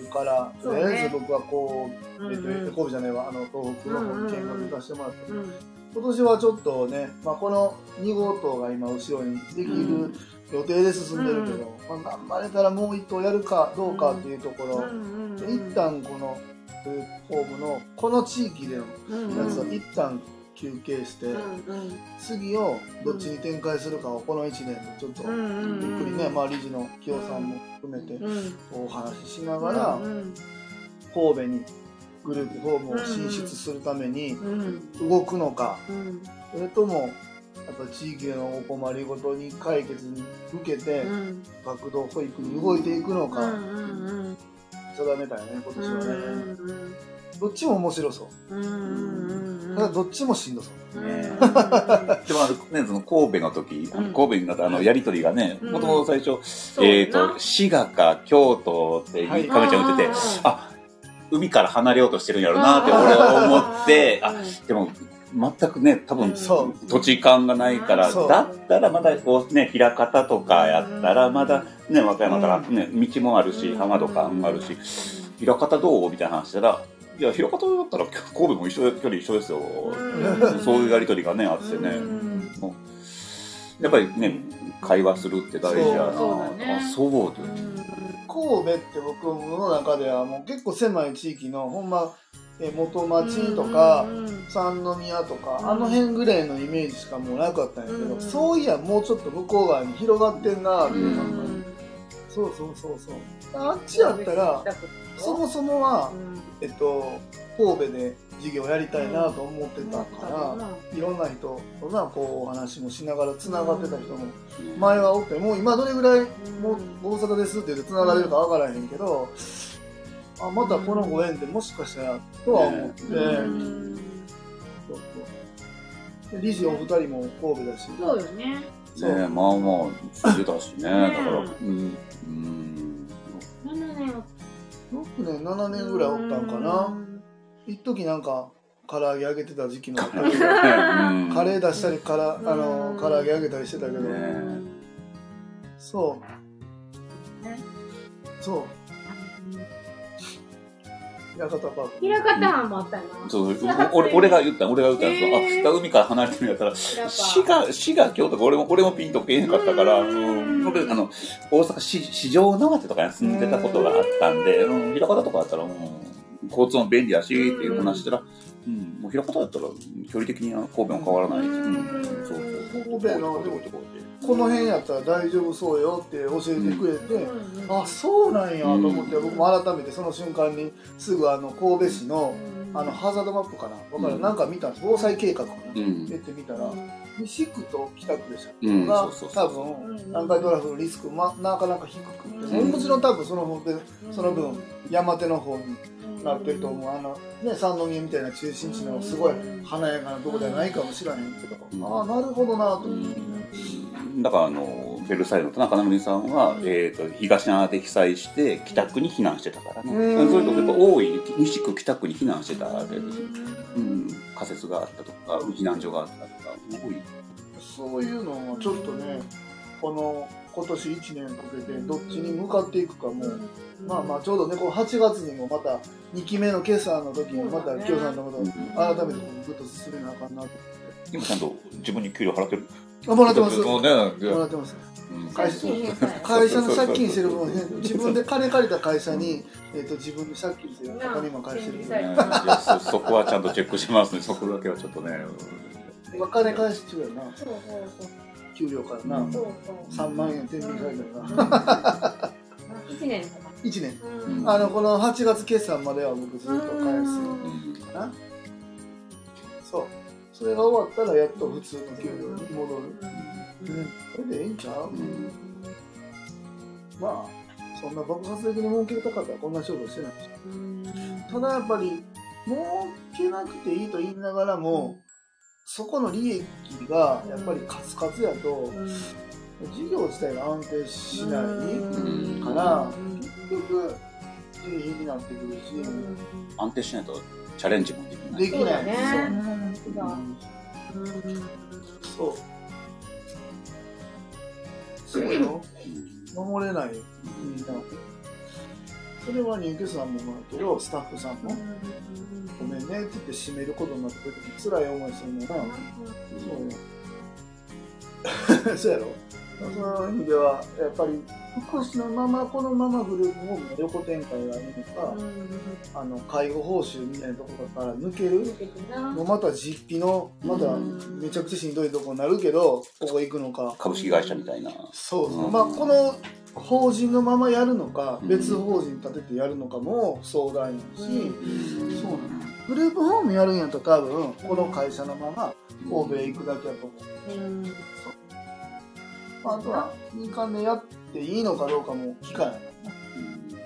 月から、そとうりねあえず僕はこう、うんえっと、神戸じゃないわ、あの、東北の方に見学行かせてもらって、うん。今年はちょっとね、まあ、この2号棟が今、後ろにできうる予定で進んでるけど、まあ、頑張れたらもう1棟やるかどうかっていうとこうろ、んで一旦この、グループホームの、この地域でのやつを一旦休憩して、次をどっちに展開するかをこの1年でちょっと、ゆっくりね、まあ、理事の清さんも含めて、お話ししながら、神戸にグループホームを進出するために動くのか、それともやっぱ地域のお困りごとに解決に向けて学童保育に動いていくのか、定めたよね今年はね、どっちも面白そうただどっちもしんどそうでもあのねその神戸の時あのうん神戸になったあのやりとりがねうんもともと最初えー、と、滋賀か京都って、は亀いちゃん言ってて、あ、海から離れようとしてるんやろうなって俺は思って、あ、でも、全くね、多分、そ土地勘がないから、そうだったらまだこうね、枚方とかやったら、まだね、和歌山からね、道もあるし、浜とかもあるし、枚方どうみたいな話したら、いや、枚方だったら神戸も一緒、距離一緒ですよ。そういうやりとりがね、あってね。もうやっぱりね、会話するって大事やな。そうそうだねあそうだよ神戸って僕の中ではもう結構狭い地域のほんまえ元町とか三宮とかあの辺ぐらいのイメージしかもうなかったんやけうどんそういやもうちょっと向こう側に広がってんなっていう感じそうそうそうそうあっちやったらそもそもはえっと神戸で授業やりたいなと思ってたからいろんな人となこうお話もしながらつながってた人も前はおってもう今どれぐらいもう大阪ですって言って繋がれるか分からへんけど、あまたこのご縁でもしかしたらとは思って、ねそうそうで理事お二人も神戸だしそうよね。そうねまあまあ、してたしね。だねから、うん。うん。 7年は6年7年ぐらいおったんかな一時なんか唐揚げ揚げてた時期もあった けどうん カレー出したりからあの唐揚げ揚げたりしてたけど、ねそう、ねそう館パーク平方藩もあったよな。そう俺俺が言った俺が言ったんですよ、へーあ海から離れてるんやったら滋賀滋賀京都か俺も俺もピンとけえへんかったからうん僕あの大阪市市場長手とかに住んでたことがあったんでうん枚方とかだったらもう交通も便利やしっていう話したら、うんもう枚方だったら距離的にあの神戸も変わらないし、うんうんそうそうそう神戸のちょこちょこちょこちょここの辺やったら大丈夫そうよって教えてくれて、あそうなんやと思って、う僕んも改めてその瞬間にすぐあの神戸市のあのハザードマップかなわからんうんなんか見たんです防災計画かな、うん出てみたら西区と北区でしたっけ、うんがそうそうそ多う分うん南海トラフのリスクまなかなか低くて、うんもちろん多分その方でその分山手の方になってると思うあの、ね、三宮みたいな中心地のすごい華やかなとこではないかもしれないけど、うんああなるほどなと思って。だからあのベルサイユの田中直美さんは、うんえー、と東側で被災して北区に避難してたからね、うんそれとやっぱ多い西区北区に避難してたわけですようん、仮設があったとか避難所があったとか多いそういうのをちょっとね、この今年1年かけてどっちに向かっていくかも、まあまあちょうどね、この8月にもまた2期目の決算の時にそまたうだね清さんのことをうん改めてこうグッと進めなあかんなと。今ちゃんと自分に給料払ってるあ、もらってます。そもうねらってます。うん会社に会社の借金してる分ね、自分で金借りた会社に、えっと自分で借金してる他に今返してるうんい分。やそそこはちゃんとチェックしますね そこだけはちょっとね今金返してるよな、そうそうそう給料からう。なんそうそう3万円天秤借りたらな。一年とか1年。うんあの、この8月決算までは僕ずっと返す。うんそう。それが終わったらやっと普通の給料に戻る。うん。これでええんちゃううんまあ、そんな爆発的に儲けたかったらこんな勝負してないし。ただやっぱり、儲けなくていいと言いながらも、そこの利益がやっぱりカツカツやと、事業自体が安定しないから、結局、いいになってくるし、安定しないとチャレンジもできないできない。そうだねそう。そう。そうよ。うん守れないみんなそれは入居者さんもまあけどスタッフさんも「ごめんね」って言って閉めることになった時に辛い思いするのがそうよそうやろその意味ではやっぱり福祉のままこのままグループホームの横展開がいいのか、あの介護報酬みたいなところから抜けるもうまた実費のまためちゃくちゃしんどいとこになるけどここ行くのか株式会社みたいなそうそう、うんまあこの法人のままやるのか、うん別法人立ててやるのかも相談やし、うんそうグループホームやるんやったら多分この会社のまま神戸へ行くだけやと思う、まあ、あとは民間でやっていいのかどうかも聞かない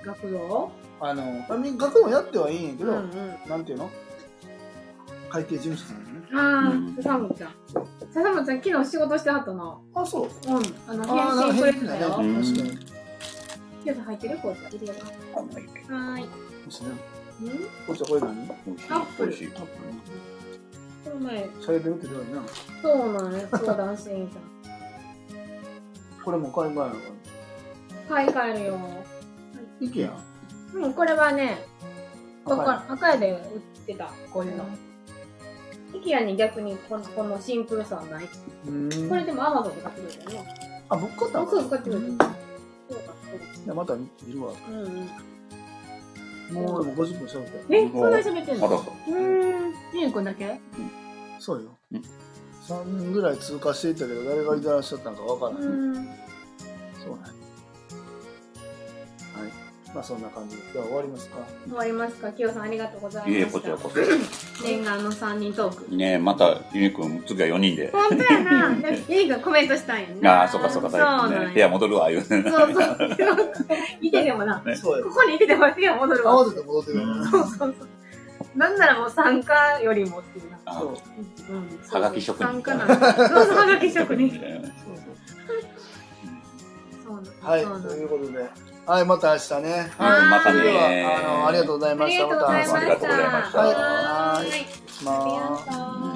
学童あのあ民学もやってはいいんやけど、なんていうの会計事務所さんのねああ、笹本ちゃん。笹本ちゃん、昨日仕事してはったな。あそううん。あの、ああ返信くれ変てたなよ。うねん確かキにュート入ってる紅茶入れようかはーい。もしねうんこっちはこれ何美味しい美味しい多分この前、しゃれてるけどやな。そうなんや、相談してみた。これも買い替えなあかん買い替えるよ。いけやん。うん、これはね、赤い赤赤いで売ってた、こういうの。イケアに逆にこのこのシンプルさはない。うんこれでもアマゾンで買ってくるんだよね。あ、僕買ったのそうそう買ってくるうそうんか、そじゃあまた見るわ。うか。うんうん。もうでも50分しゃべって。え、そんなに喋ってんあらのうーん。ゆうくんだけそうようん。 3人ぐらい通過していったけど、誰がいてらっしゃったのかわかうらない。ーん。そうなんやはい。まあそんな感じで、今日は終わりますか。終わりますか。きよさんありがとうございまいしえた。いえこちらこ念願の3人トーク。そねえまたゆみくん次は4人で本当や な。でもゆいくんコメントしたんやね。ああそっかそっかそう最な近んね部屋や。戻るわ言うねそう そう。いててもな。そうこよ。こにいてても部屋戻る合わ。わせて戻ってくるから。そうそうそう。なんならもう参加よりもっていうな。あそう。うん。はがき職人参加なんだ。そうそう、はがき職人。そうなんだはい、そうなんだということで。はい、また明日ね。はいまたそれでねは、あの、ありがとうございあまりしがた。とうございました。ありがとうございましたはいははいいします。ありがとう。